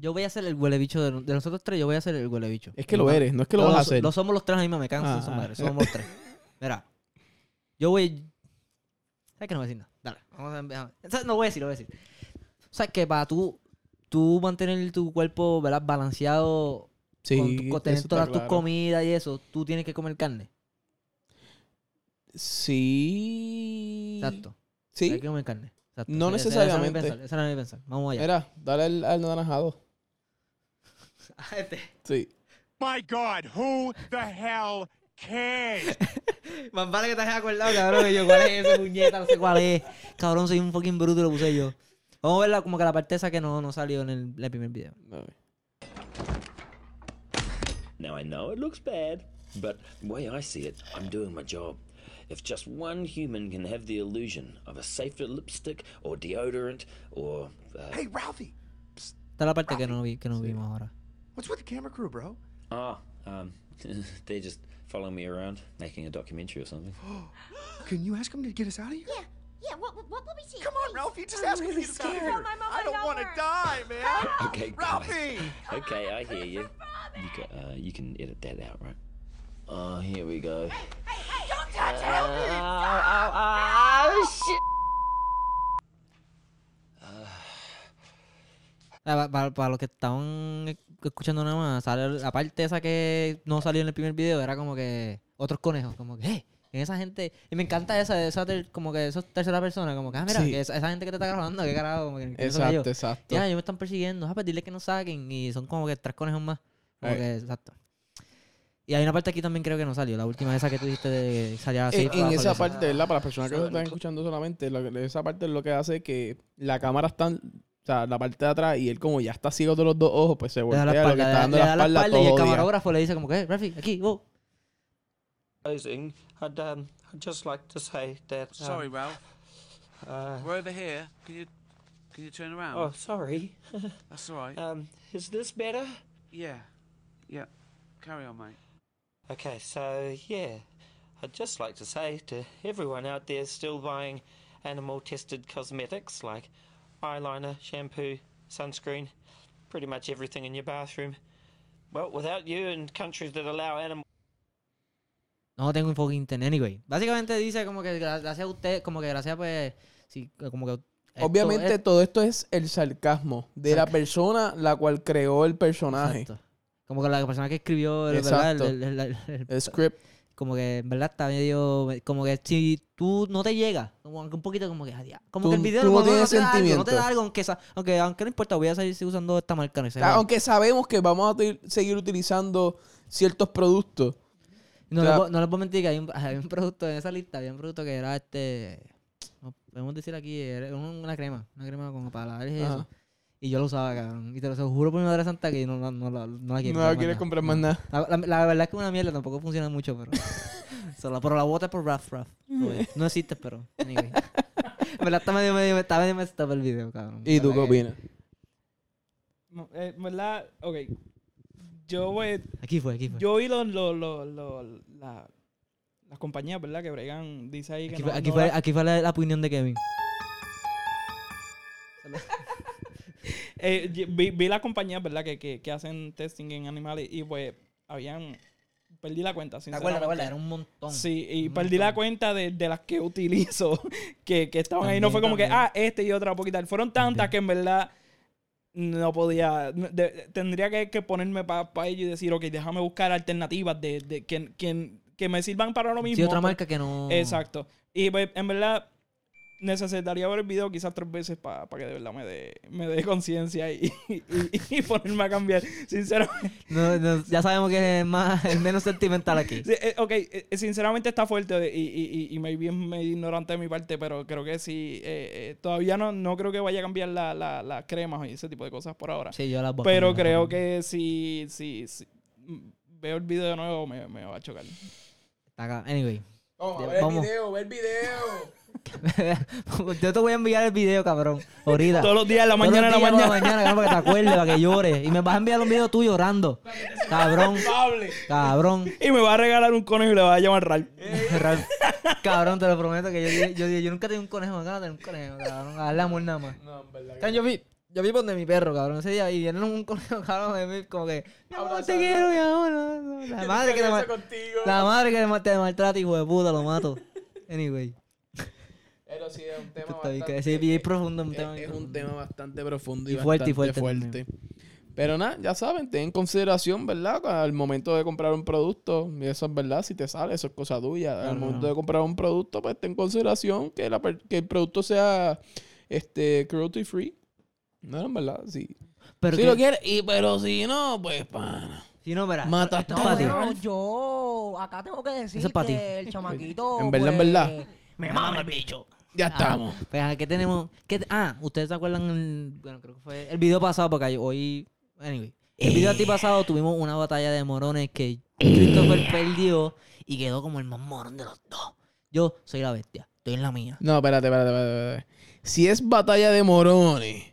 Yo voy a ser el huele bicho de, de nosotros tres, yo voy a ser el huele bicho. es que lo eres, no es que lo No, vas a lo so- hacer. Lo somos los tres a mí me canso Ah, esa ah. madre, Somos los tres. Mira, yo voy. ¿Sabes que no voy a decir nada? Dale, vamos a empezar. ¿Sabes? No voy a decir, no voy a decir. ¿Sabes que para tú, tú mantener tu cuerpo ¿verdad? balanceado Sí, con, tu- con tener eso está todas tus claro. comidas y eso, tú tienes que comer carne? Sí. Exacto. Hay Sí. que comer carne. Exacto. No Ese- ese era mi necesariamente. pensar, Ese era mi pensar. Vamos <laughs> allá. Mira, dale al, al naranjado. Este, Sí. My God, who the hell cares? Más vale que te hayas acordado, cabrón, que yo cuál es ese puñeta, no sé cuál es. Cabrón, soy un fucking bruto y lo puse yo. Vamos a verla como que la parte esa que no, no salió en el- en el primer video. Now, I know it looks bad, but the way I see it, I'm doing my job. If just one human can have the illusion of a safer lipstick or deodorant or. Uh, <laughs> Hey, Ralphie, Esta es la parte que no, vi, que no vimos ahora. what's with the camera crew, bro? ah, um, <laughs> they're just following me around, making a documentary or <gasps> something. Can you ask him to get us out of here? Yeah, yeah. What, what, what will we see? Come on, Ralphie, just ask him to get us out of here. Tell my mom I my don't want to number. die, man. Okay, guys. Ralphie! Okay, I hear you. You can, uh, you can edit that out, right? Oh, here we go. Hey, hey, don't touch him! Ah, pa- pa- Para, los que estaban escuchando nada más, sale la parte esa que no salió en el primer video, era como que otros conejos, como que, ¡eh! En esa gente, y me encanta esa, esa ter- como que esa tercera persona, como que, ah, mira, Sí. que esa, esa gente que te está grabando, qué carajo, como que, que no soy yo. Exacto, exacto. Eh, Ya, ellos me están persiguiendo. Ah, pues dile que no saquen. Y son como que tres conejos más. Como Ay. que, exacto. Y hay una parte aquí también creo que no salió. La última esa que tú dijiste de salir así. en, en esa parte, ¿verdad? Para las personas que lo están escuchando solamente, lo que- esa parte es lo que hace que la cámara está, en- o sea, la parte de atrás y él como ya está ciego de los dos ojos, pues se Le da voltea la lo que está espalda, le- dando le la da la espalda, espalda y el todo día. camarógrafo le dice como que, "Eh, Rafi, aquí, wow. Closing, I'd, um, I'd just like to say that. um, Sorry, Ralph. uh, We're over here. Can you can you turn around? oh, sorry. That's all right. Um, is this better? yeah. Yeah. Carry on, mate. Okay, so yeah, I'd just like to say to everyone out there still buying animal tested cosmetics like eyeliner, shampoo, sunscreen, pretty much everything in your bathroom. Well, without you and countries that allow animal No tengo un fucking internet, anyway. Básicamente dice como que gra- gracias a usted, como que gracias pues, sí, como que Esto Obviamente es- todo esto es el sarcasmo de la persona la cual creó el personaje. Exacto. Como que la persona que escribió el, ¿verdad? El- Exacto. el- el- el- El script. Como que en verdad está medio. Como que si tú no te llegas, como aunque un poquito como que. "Ah, dia-". Como Tú- que el video tú no por lo menos tienes te da algo, no te da sentimiento. algo, aunque, sa- aunque, aunque no importa, voy a seguir usando esta marca. no sé, Ah, Aunque sabemos que vamos a te- seguir utilizando ciertos productos. No, O les sea- puedo- no les puedo mentir que hay un, <laughs> hay un producto en esa lista, había un producto que era este. no, Podemos decir aquí, era un- una crema, una crema como para la alergia y Ajá. eso. Y yo lo usaba, cabrón. Y te lo se lo juro por mi madre santa que no, no, no, la- no la quiero. No quieres comprar más nada. La, la- la verdad es que es una mierda tampoco funciona mucho, <laughs> pero. se la- pero la bota por Raf Raf. No existe, pero. <laughs> Anyway. En verdad está medio, medio, está medio messed up el video, cabrón. ¿Y tú qué ¿Verdad que- opinas? No, eh, ¿Verdad? Ok. Yo, güey, Aquí fue, aquí fue. yo vi los, los, los, los- la- las compañías, ¿verdad? Que bregan, dice ahí que aquí, no, fue, aquí no fue- la- aquí fue la, la opinión de Kevin. Eh, y- vi, vi las compañías, ¿verdad? Que, que, que hacen testing en animales y pues habían... Perdí la cuenta, ¿Te acuerdas? sinceramente. ¿Te acuerdas? Era un montón. Sí, y Un perdí la montón. cuenta de, de las que utilizo, <laughs> que, que estaban ahí. No También, fue como que, también. ah, este y otra poquita. Fueron tantas que en verdad no podía. no- de- tendría que, que ponerme para ello y decir, ok, déjame buscar alternativas de, de que, que, que me sirvan para lo mismo. Sí, otra pero- marca que no. Exacto. Y pues, en verdad necesitaría ver el video quizás tres veces para que de verdad me dé me dé conciencia y, y- y ponerme a cambiar. Sinceramente. No, no, ya sabemos que es más, el menos sentimental aquí. Sí, eh, ok, eh, sinceramente está fuerte de- y, y, y, y maybe es medio ignorante de mi parte, pero creo que sí. eh, eh, todavía no, no creo que vaya a cambiar la, la, las cremas y ese tipo de cosas por ahora. Sí, yo las voy a pero cambiar. creo que si, si, si mm, veo el video de nuevo me, me va a chocar. Ah. Está acá. Anyway. Vamos, a ver el Vamos. video, ver el video. <laughs> Yo te voy a enviar el video, cabrón. Ahorita. Todos los días, en la Todos los mañana, en la días por mañana. cabrón, para que te acuerdes, para que llores. Y me vas a enviar un video tú llorando. Cabrón. Cabrón. <laughs> Y me va a regalar un conejo y le va a llamar Ralph. Ralph, Cabrón, te lo prometo que yo dije- yo, dije, yo nunca tenía un conejo, me encanta tener un conejo, cabrón. A darle amor nada más. No, en verdad. Cabrón, yo vi, yo vi por donde mi perro, cabrón, ese día, y viene un conejo, <laughs> cabrón, de mí, como que, mi amor, te quiero, mi amor. no, no, <laughs> La madre que te mal- contigo. La madre que te mal- te maltrata, hijo de puta, lo <laughs> mato. Anyway. Pero sí, es un tema Está bien, bastante- que- sí, bien profundo, un es- tema es, bien un profundo. tema bastante profundo Y y, fuerte, y fuerte, fuerte fuerte. Pero nada, ya saben, ten en consideración, ¿verdad? Al momento de comprar un producto, y eso es verdad, si te sale, eso es cosa tuya. Claro Al que momento no. de comprar un producto, pues ten en consideración que, la per- que el producto sea este cruelty free. No, en verdad, sí. Pero si que- lo quieres, y pero si no, pues pana. Si no, Ah, verás. Mata esto a es para ti. todos. Bueno, yo acá tengo que decir es pa' ti. que el chamaquito. En verdad, en pues, verdad. Me mama el bicho. Ya estamos. Pues, ¿a ¿qué tenemos? ¿Qué te- Ah, ¿ustedes se acuerdan? El... Bueno, creo que fue el video pasado, porque hay- hoy... Anyway. El video a ti pasado tuvimos una batalla de morones que Eh. Christopher perdió y quedó como el más morón de los dos. Yo soy la bestia. Estoy en la mía. No, espérate, espérate, espérate. espérate. Si es batalla de morones,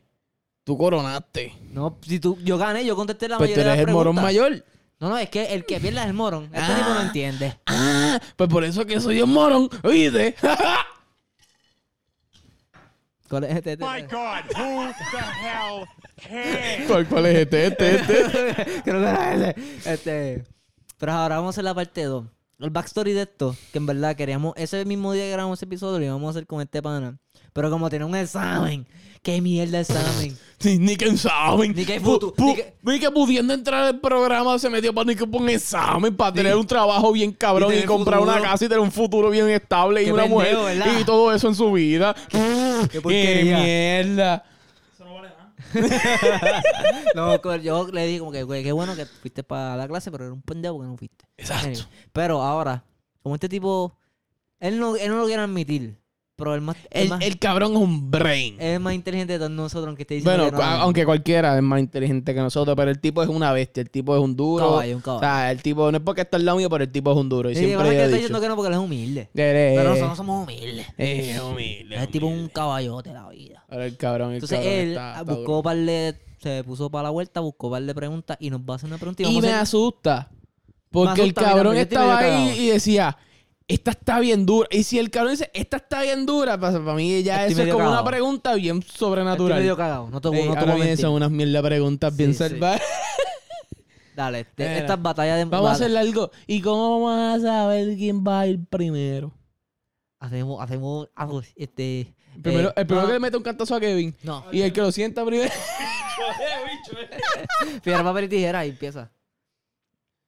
tú coronaste. No, si tú... Yo gané, yo contesté la Pues tú mayoría eres de el las morón preguntas. mayor. No, no, es que el que pierde es el morón. Este tipo no entiende. Ah, pues por eso que soy un morón, oíste. ¿Cuál es este? este- My God, who the hell <laughs> cares? ¿Cuál, cuál es este? Este, este. Creo <laughs> que era ese. Este. Pero ahora vamos a hacer la parte 2. El backstory de esto, que en verdad queríamos, ese mismo día que grabamos ese episodio, lo íbamos a hacer con este pana. Pero como tenía un examen, qué mierda de examen. Sí, ni que saben. Ni que Pu- putu- pu- ni que- ni que pudiendo entrar al programa se metió para ni que un examen, para tener un trabajo bien Y cabrón y, tener comprar futuro. una casa y tener un futuro bien estable y Qué una pendejo, mujer ¿verdad? y todo eso en su vida. Qué ¡Qué porquería. mierda! <laughs> No, co- yo le dije como que, güey, qué bueno que fuiste para la clase, pero era un pendejo porque no fuiste. Exacto. Anyway, pero ahora, como este tipo, él no, él no lo quiere admitir, pero el más, el, El, más, el cabrón es un brain. él es más inteligente de todos nosotros, aunque esté diciendo Bueno, que no. a- aunque cualquiera es más inteligente que nosotros, pero el tipo es una bestia, el tipo es un duro. Caballo, un caballo. O sea, el tipo no es porque está al lado mío, pero el tipo es un duro. Y Y siempre de verdad que yo he yo estoy dicho, Eh, diciendo que no porque él es humilde. "Eres- Pero nosotros no somos humildes. eres humilde, Es tipo humilde". un caballote la vida. Ahora el cabrón, el Entonces cabrón él está- ah, está buscó par de- se puso para la vuelta, buscó par de preguntas y nos va a hacer una pregunta. duro. Y vamos a me hacer- asusta. asusta Porque el a mí también, cabrón yo estoy medio estaba ahí cagado. y decía, esta está bien dura. Y si el cabrón dice, esta está bien dura, para, mí ya Estoy eso es medio como cagado. una pregunta bien Estoy sobrenatural. medio cagado, no te, Ey, no te voy ahora a vienen mentir. son unas mierda preguntas bien Sí, sí. salvadas. Dale, este- Mira. estas batallas de... <laughs> Vamos a vale. hacer algo. ¿Y cómo vamos a saber quién va a ir primero? Hacemos, hacemos, ah, pues, este. El primero, eh, el primero ah, que le mete un cantazo a Kevin. No. Y el que lo sienta primero. Piedra, papel y tijera y empieza.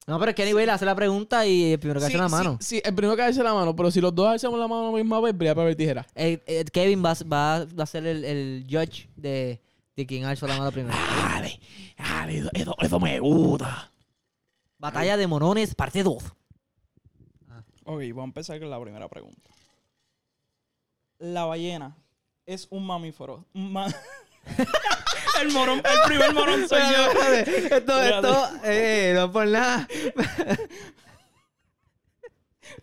No, pero es que anyway le hace la pregunta y el primero que hace la mano. <laughs> Sí, el primero que alce la mano. Pero si los dos alzamos la mano a la misma vez, para papel tijera. Eh, eh, Kevin va, va, va a ser el, el judge de, de quien alzó la mano primero. Dale, Ah, dale, eso, eso- eso me gusta. Batalla de Monones, parte 2. Ok, voy a empezar con la primera pregunta. La ballena es un mamífero. Un ma- <laughs> el morón, el primer morón soy yo. <laughs> Esto, esto, eh, no por nada.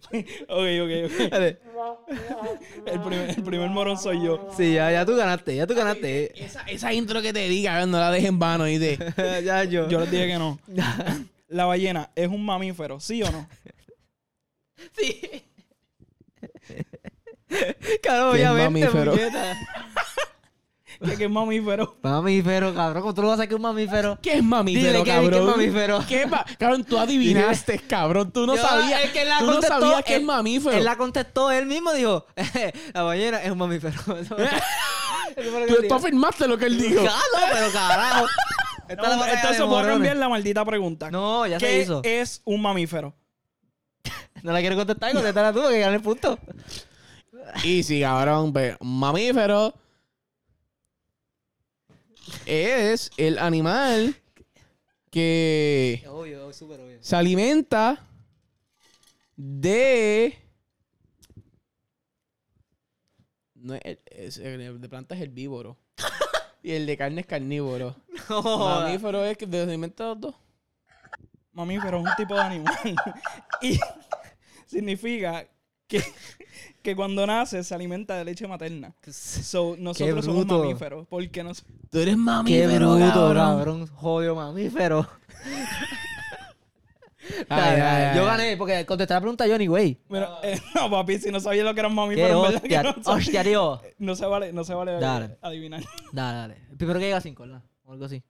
Ok, ok, ok. Dale. El primer, el primer morón soy yo. Sí, ya, ya tú ganaste, ya tú ganaste. eh, Esa, esa intro que te diga, no la dejes en vano, <laughs> y te. ya yo. Yo les dije que <laughs> no. La ballena es un mamífero, ¿sí o no? Sí. <laughs> Claro, ¿Quién obviamente. mamífero? puñeta. ¿Qué, qué es mamífero? Mamífero, cabrón. ¿Cómo tú lo vas a sacar un mamífero? ¿Qué es Dime, mamífero, Kevin, cabrón? ¿qué es mamífero? ¿Qué pa- cabrón, tú adivinaste, cabrón. Tú no Yo- sabías. es que él la tú no contestó, sabías que es él- mamífero. Él la contestó, él mismo dijo: <laughs> La ballena es un mamífero. <laughs> Eso fue- eso fue lo que Tú, él tú dijo. afirmaste lo que él <laughs> dijo. Claro, pero carajo. Esta es la No, batalla de entonces voy a morones. cambiar la maldita pregunta. No, ya se ¿Qué hizo. es un mamífero? No la quiero contestar, contestala tú porque gané el punto. Y sí, cabrón, pues, mamífero es el animal que Obvio, súper <laughs> obvio. se alimenta de... No, el- es- el de planta es <laughs> herbívoro. y el de carne es carnívoro. Mamífero es que se alimenta de los dos. Mamífero es un tipo de animal. <laughs> y significa que, que cuando nace se alimenta de leche materna. <laughs> So, nosotros somos bruto. mamíferos. Porque nos... Tú eres Qué mamífero, bruto, cabrón. cabrón. Jodido mamífero. Ay, ay, ay, yo ay. gané porque contesté la pregunta Johnny, güey. Mira, eh, <laughs> no, papi, si no sabía lo que era un Qué mamífero, en verdad que hostia. no, sabía. Hostia, tío. No se vale, no se vale Dale. adivinar. Dale, dale. El primero que llega a 5, ¿verdad? O algo así.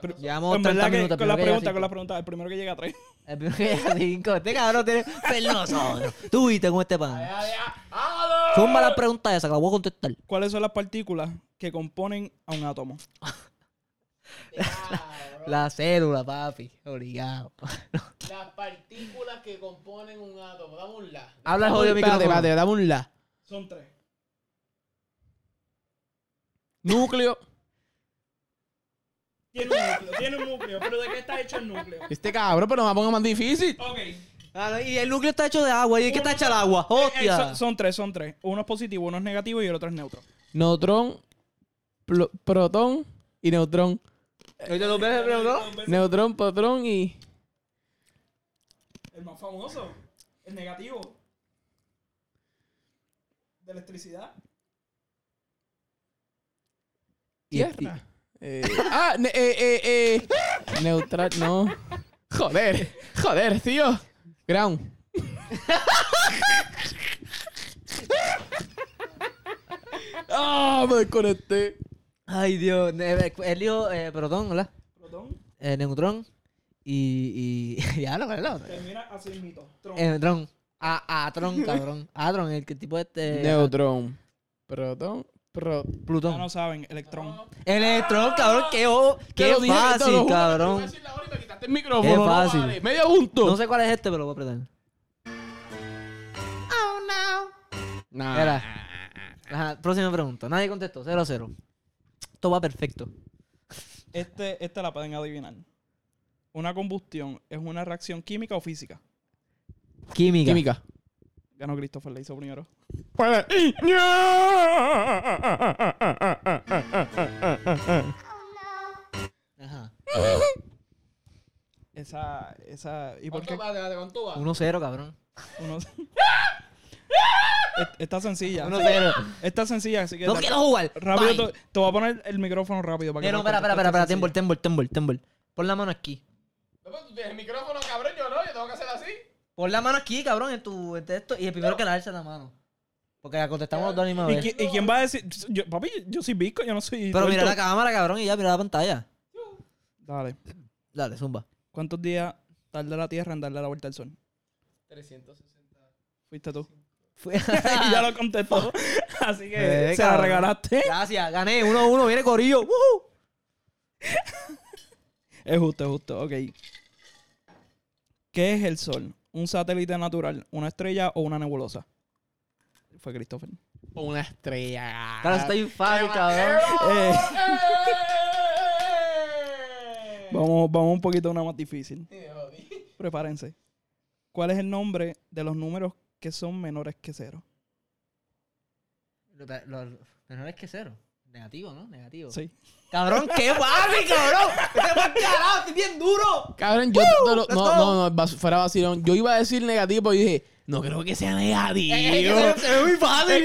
Pero- Llevamos en 30 verdad que minutos. con la pregunta, con la pregunta, el primero que llega a tres. El primero que llega a 5. Este cabrón <laughs> tiene pernoso. Tú viste con este pan. Zumba la pregunta esa que la voy a contestar. ¿Cuáles son las partículas que componen a un átomo? La célula, papi. Obligado. Las partículas que componen un átomo. Dame un la. Habla el jodido Espérate, micrófono. espérate, dame un la. Son tres. Núcleo. Tiene un núcleo, tiene un núcleo, pero ¿de qué está hecho el núcleo? Este cabrón, pero no me ponga más difícil. Ok. Ah, no, y el núcleo está hecho de agua. ¿Y de qué está hecho el agua? Eh, Hostia. son, son tres, son tres. Uno es positivo, uno es negativo y el otro es neutro. Neutrón, plo- protón y neutrón. Ahorita lo ves, pero no. Neutrón, protón y. El más famoso, el negativo. De electricidad. Tierra. Eh, ah, ne- eh, eh, eh. Neutral, no. Joder, joder, tío. Ground. Ah, me desconecté. Ay, Dios. Ne- Él dijo eh, protón, ¿verdad? Protón, Eh, neutrón. Y. y <laughs> ya lo ganó. termina así mito. Neutrón. A, Atron, cabrón. Atron, el que tipo Eh, este. Neutrón, protón, pro. Ya Plutón. no saben, electrón. Electrón, cabrón. Qué, o- Te qué lo dije, te fácil, lo juro, te voy a cabrón. decir la hora y me quitaste el micrófono, Qué no fácil. vale. Medio punto. No sé cuál es este, pero lo voy a apretar. Nah. Mira. Ajá, próxima pregunta. Nadie contestó. 0 0. Esto va perfecto. Este, esta la pueden adivinar. Una combustión es una reacción química o física. Química. Química. Ganó Christopher, la hizo primero. Ajá. Esa, esa. ¿Y por ¿Cuánto qué? va? Adelante, ¿cuánto va? 1 0, cabrón. Uno- Est- está sencilla. 1 0. <laughs> Está sencilla, así que. No dale. quiero jugar. Bye. Rápido, te, te voy a poner el micrófono rápido para que. Eh, no, puedas espera, espera, espera, contestar. espera, tembol, Está tembol, tembol, tembol. Pon la mano aquí. No, pero tú tienes El micrófono, cabrón, yo no, yo tengo que hacer así. Pon la mano aquí, cabrón, en tu en esto. Y el primero que la alza la mano. Porque la contestamos los dos a la misma sencilla. ¿Y, vez. qui- y quién va a decir? Yo, papi, yo soy Visco, yo no soy. Pero mira la tuerto. cámara, cabrón, y ya mira la pantalla. Dale. Dale, zumba. ¿Cuántos días tarda la Tierra en darle la vuelta al Sol? 360. Fuiste tú. Fui- <laughs> <laughs> Y ya lo contestó. <laughs> Así que Eh, se la cabrón. regalaste. <laughs> Gracias, gané 1 1, viene Corillo. Uh, ¡Woohoo! Es justo, es justo. Ok. ¿Qué es el Sol? ¿Un satélite natural, una estrella o una nebulosa? Fue Christopher. Una Ah, estrella. Cara, está bien fácil, cabrón. Eh, vamos, vamos un poquito a una más difícil. Prepárense. ¿Cuál es el nombre de los números que son menores que cero? <laughs> Lo, lo- menor es que cero. Negativo, ¿no? Negativo. Sí. Cabrón, qué fácil, <laughs> cabrón. Este fue carajo, estoy bien duro. Cabrón, yo te lo- let's no, go. no, no, vas- fuera vacilón. Yo iba a decir negativo y dije, no creo que sea <laughs> negativo. ve muy fácil.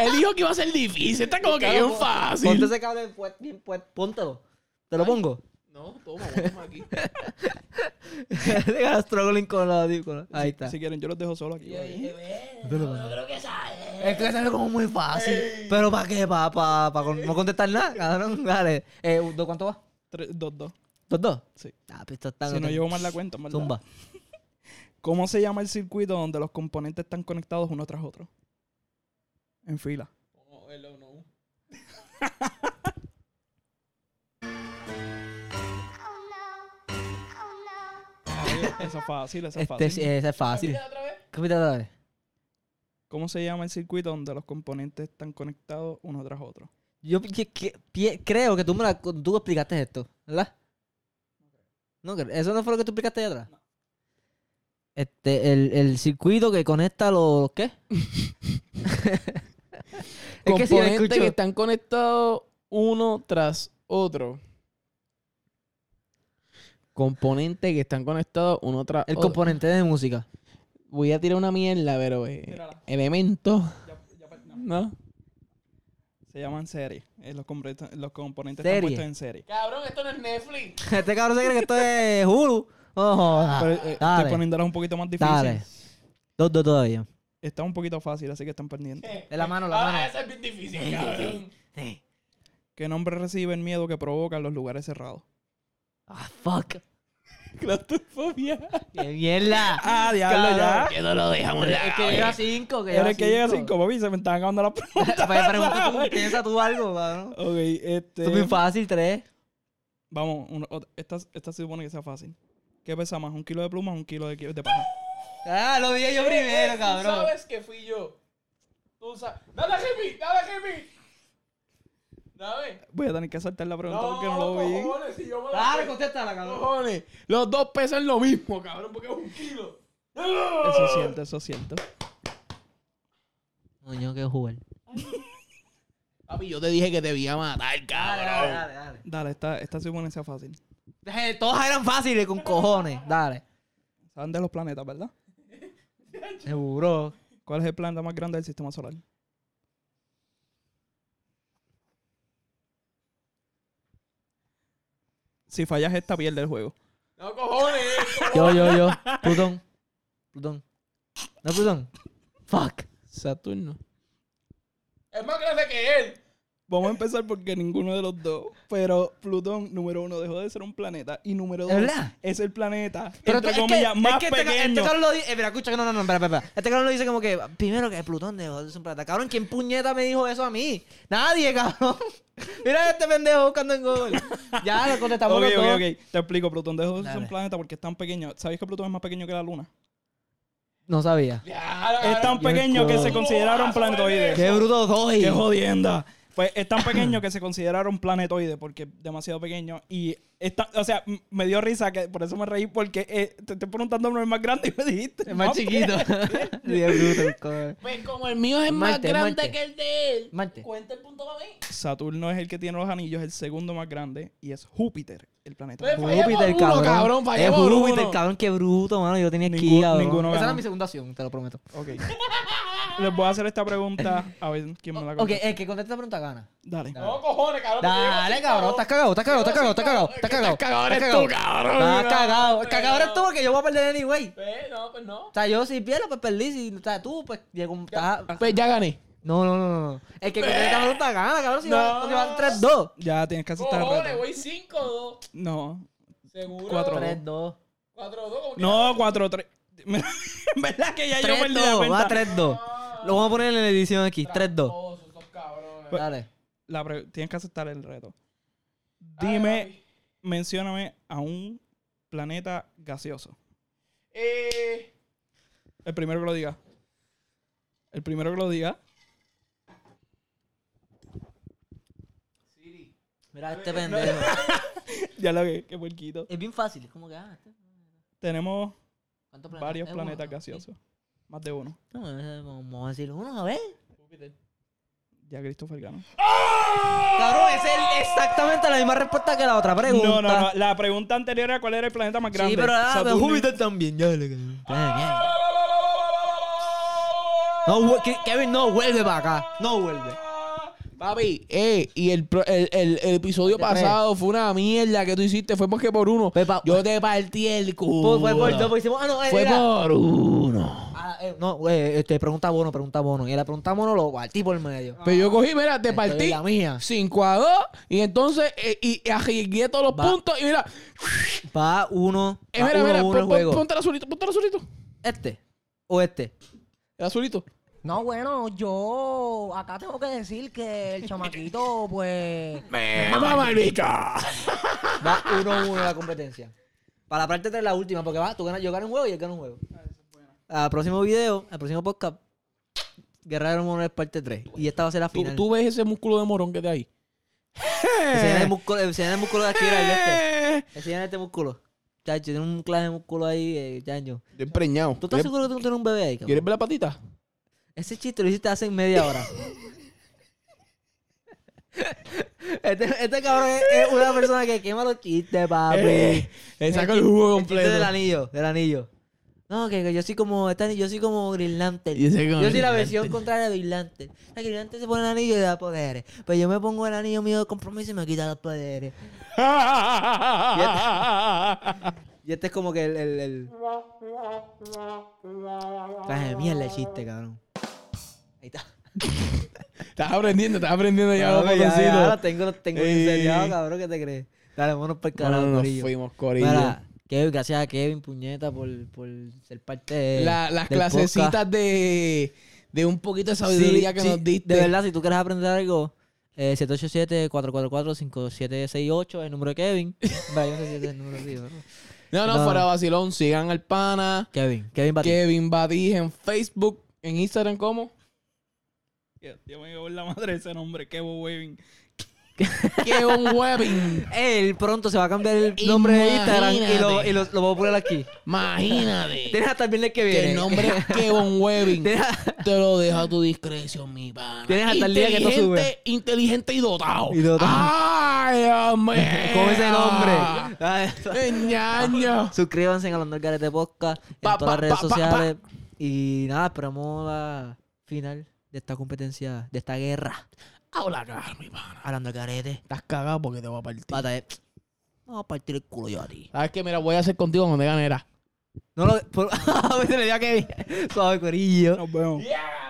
Él dijo que iba a ser difícil. Está como que bien Ponte fácil. ese cable pu- bien puesto. Póntelo. Te lo <laughs> pongo. No, toma, toma aquí. Deja struggling con la con la- Ahí está. Si quieren, yo los dejo solo aquí. ¿vale? Es que sale como muy fácil. ¿Pero para qué? ¿Para pa, pa con- no contestar nada? Cabrón, <laughs> dale. Eh, ¿do- ¿Cuánto va? Tres- dos, dos. ¿Dos, dos? Sí. Ah, pues esto está... Si no llevo más la cuenta, en ¿verdad? Zumba. ¿Cómo se llama el circuito donde los componentes están conectados uno tras otro? En fila. Esa es fácil, esa es Este, fácil. sí, esa es fácil. Repítela otra vez. ¿Cómo se llama el circuito donde los componentes están conectados uno tras otro? Yo pi- que- pi- creo que tú me la, tú explicaste esto, ¿verdad? No, creo. eso no fue lo que tú explicaste allá atrás. Este, el, el circuito que conecta los <laughs> qué? es que si yo Componentes escucho, que están conectados uno tras otro. Componentes que están conectados uno tras el otro. componente de música. Voy a tirar una mierda, pero eh, Tírala. elemento. no. ¿No? Se llaman series. Eh, los, compre- los componentes Serie. están puestos en serie. Cabrón, esto no es <laughs> Netflix. este cabrón se cree que esto es Hulu. No jodas. Pero, eh, estoy Ah, dale, poniéndolas un poquito más difícil. dale. Dos, dos todavía. Está un poquito fácil, así que están pendientes. De la mano, la mano. Ah, es bien difícil, cabrón. Sí. ¿Qué nombre recibe el miedo que provocan los lugares cerrados? Ah, fuck. Claustrofobia. Qué mierda. Ah, diablo, ya. Que no lo dejamos la. Es que llega cinco, que Pero llega es que llega cinco, papi, se me están acabando las <laughs> preguntas. <laughs> Para preguntar, tú, piensa tú algo, cabrón. Ok, Esto es muy este. fácil, tres. Vamos, una- otra- esta, esta se supone que sea fácil. ¿Qué pesa más, un kilo de plumas o un kilo de, de paja? Ah, lo dije <laughs> yo Eh, primero, cabrón. que fui yo. Tú sabes. ¡Dame, Jimmy! ¡Dame, Jimmy! ¡Dame! Voy a tener que saltar la pregunta porque no lo vi. cojones, si yo me la Claro, sé. contéstala, cabrón. Cojones, Los dos pesan lo mismo, cabrón, porque es un kilo. Eso es cierto, eso es cierto. Coño, qué jugar. Papi, yo te dije que te voy a matar, cabrón. dale, dale. Dale, esta, esta se supone que sea fácil. Eh, todas eran fáciles con cojones. Dale. Saben de los planetas, ¿verdad? Seguro. ¿Cuál es el planeta más grande del sistema solar? Si fallas esta, pierde el juego. No, cojones. Yo, yo, yo. Plutón. Plutón. No, Plutón. Fuck. Saturno. Es más grande que él. Vamos a empezar porque ninguno de los dos. Pero Plutón, número uno, dejó de ser un planeta. Y número ¿Es dos, verdad? es el planeta, tú- entre comillas, es que, más es que este, ca- este pequeño. cabrón lo dice. Eh, mira, escucha que no, no, no, espera, espera. espera. Este cabrón lo dice como que primero que Plutón dejó de ser un planeta. Cabrón, ¿quién puñeta me dijo eso a mí? Nadie, <laughs> cabrón. Mira este pendejo buscando en <laughs> Google. Ya lo contestamos ok, los ok, dos. ok. Te explico. Plutón dejó de ser Dale. un planeta porque es tan pequeño. ¿Sabéis que Plutón es más pequeño que la Luna? No sabía. Es tan pequeño que se consideraron planetoides. Qué bruto soy. ¡Qué jodienda! Pues es tan pequeño que se consideraron planetoide porque es demasiado pequeño. Y está, o sea, m- me dio risa, que por eso me reí, porque eh, te estoy preguntando uno es más grande <laughs> y me dijiste. pues, Es más <laughs> chiquito. <laughs> Sí, es bruto el cover. Pues como el mío es más Marte, grande Marte. que el de él. Pues Marte. Cuenta el punto para mí. Saturno es el que tiene los anillos, el segundo más grande, y es Júpiter, el planeta. más Pues, grande. fallé por uno, cabrón, fallé es por Júpiter, uno. cabrón. Qué bruto, mano. Yo tenía que Ningún- ir, cabrón. ninguno Esa ganó. era mi segunda opción, te lo prometo. Ok. Les voy a hacer esta pregunta a ver quién me la ah. Ok, contesta. el que conteste la pregunta gana. Dale. No, cojones, cabrón. Dale, cabrón. Estás cagado, estás cagado, estás cagado, estás cagado. Estás cagado. Estás cagado eres tú, cabrón. Estás cagado. El cagado eres tú porque yo voy a perder anyway. Pues, no, pues no. O sea, yo si pierdo, pues perdí. Si o sea, tú, pues llego. estás- Pues ya gané. No, no, no, no. El que conteste la pregunta gana, cabrón. Si van si van 3-2. Ya tienes que aceptar el Cojones, reto. voy 5-2. No. Seguro. Cuatro. 3-2. 4-2. <laughs> No, 4-3. ¿Verdad que ya yo perdí la Eh, 3-2. Va cuenta? 3-2. Lo vamos a poner en la edición aquí. 3-2. Oh, Pues, Dale. la pre- tienes que aceptar el reto. Dime, mencióname a un planeta gaseoso. Eh, El primero que lo diga. El primero que lo diga. <laughs> Mira este pendejo. Ya lo que, qué puerquito. Es bien fácil. Es como que, ah, este- Tenemos ¿cuántos planetas? varios Eh, uno, planetas ah, gaseosos. Más de uno. ok. No, eh, Vamos a decir uno, a ver. Ya Christopher ganó. Cabrón, es el- exactamente la misma respuesta que la otra pregunta. No, no, no. La pregunta anterior era cuál era el planeta más grande. Sí, pero ah, pero Saturno. Júpiter también. Ya, le- ya, ya. No, vu- Ke- Kevin, no vuelve para acá. No vuelve. papi, eh, y el, pro- el, el- el episodio Te crees. pasado fue una mierda que tú hiciste. Fue porque por uno. Pepa- Yo te partí el culo. Fue- Fue por dos, porque hicimos- Ah, no, eh, Fue era- por uno. Ah, eh, no, eh, este, pregunta bono, pregunta bono. Y la pregunta bono lo partí por el medio. Pero yo cogí, mira, te Esto partí es la mía. 5 a 2 y entonces eh, y, y arriesgué todos los Va. puntos y mira, Va uno. eh, va mira, uno, mira, uno pon- el pon- juego. ponte el azulito, ponte el azulito, Este. O este. el azulito. No, bueno, yo acá tengo que decir que el <laughs> chamaquito, pues. Me mama el bicho. Va uno a uno la competencia. Para la parte 3, la última, porque va, tú ganas, yo gano un juego y él gana un juego. Al próximo video, al próximo podcast, Guerra de los Monos es parte 3. Y esta va a ser la ¿Tú, final. tú Eh. ves ese músculo de morón que te ahí. Enseñan el músculo, enseñan el músculo de aquí, era el de Eh. este. Enseñan este músculo. Chacho, tiene un clase de músculo ahí, eh, chacho. Estoy preñado. ¿Tú estás seguro que tú no tienes un bebé ahí, cabrón? ¿Quieres ver la patita? Ese chiste lo hiciste hace media <laughs> hora. este, este cabrón es, es una persona que quema los chistes, papi. Eh, le saco el jugo El chiste del completo. anillo, del anillo. No, que, que yo soy como, este anillo- yo soy como Green Lantern. Yo Yo soy soy, como la Green versión Lantern. contraria de Green Lantern. La Green Lantern se pone el anillo y le da poderes. Pero yo me pongo el anillo mío de compromiso y me quita los poderes. Y este es como que el... el, el... Traje de mierda el chiste, cabrón. Ahí está. <laughs> Estás aprendiendo, estás aprendiendo ya los Cabrón, ya, ya, ahora botoncitos. tengo, los tengo Ey. enseriado, cabrón, ¿qué te crees? Dale, vámonos para el No, no, carajo, no, corillo. fuimos, corillo. Mira, Kevin, gracias a Kevin Puñeta por, por ser parte de La- las eh, del podcast. clasecitas de, de un poquito de sabiduría Sí, que sí, nos diste. De verdad, si tú quieres aprender algo, eh, 787-444-5768 es el número de <laughs> Kevin. Vale, yo no sé si ese es el número de No, no, No. fuera vacilón. Sigan al pana. Kevin, Kevin Batista. Kevin Badij en Facebook. En Instagram, ¿cómo? Yo, yo me llevo en la madre ese nombre. Qué Waving. <laughs> Kevin Webbing. Él pronto se va a cambiar el nombre de Instagram y, lo, Imagínate. y lo, lo voy a poner aquí. Imagínate. Tienes hasta el viernes que Que viene. <laughs> el nombre es Kevin Webbing. Tienes- Te lo dejo a tu discreción, mi pana. Tienes hasta el día que tú Inteligente- subes. Inteligente y dotado. Y dotado. Ay, hombre. <laughs> Con ese Ah. nombre. <laughs> Ñaño. Suscríbanse a Hablando al Garete Podcast en Pa, todas las pa, redes pa, pa, sociales. Y nada, esperamos la final de esta competencia, de esta guerra. Habla cara, mi pana. Hablando al Garete. Estás cagado porque te voy a partir. Pata, eh, vamos a partir el culo yo a ti. Sabes que mira, voy a hacer contigo donde ganera. <laughs> No lo. Por, a veces le dio a Kevin. Suave, corillo. Nos vemos. Yeah.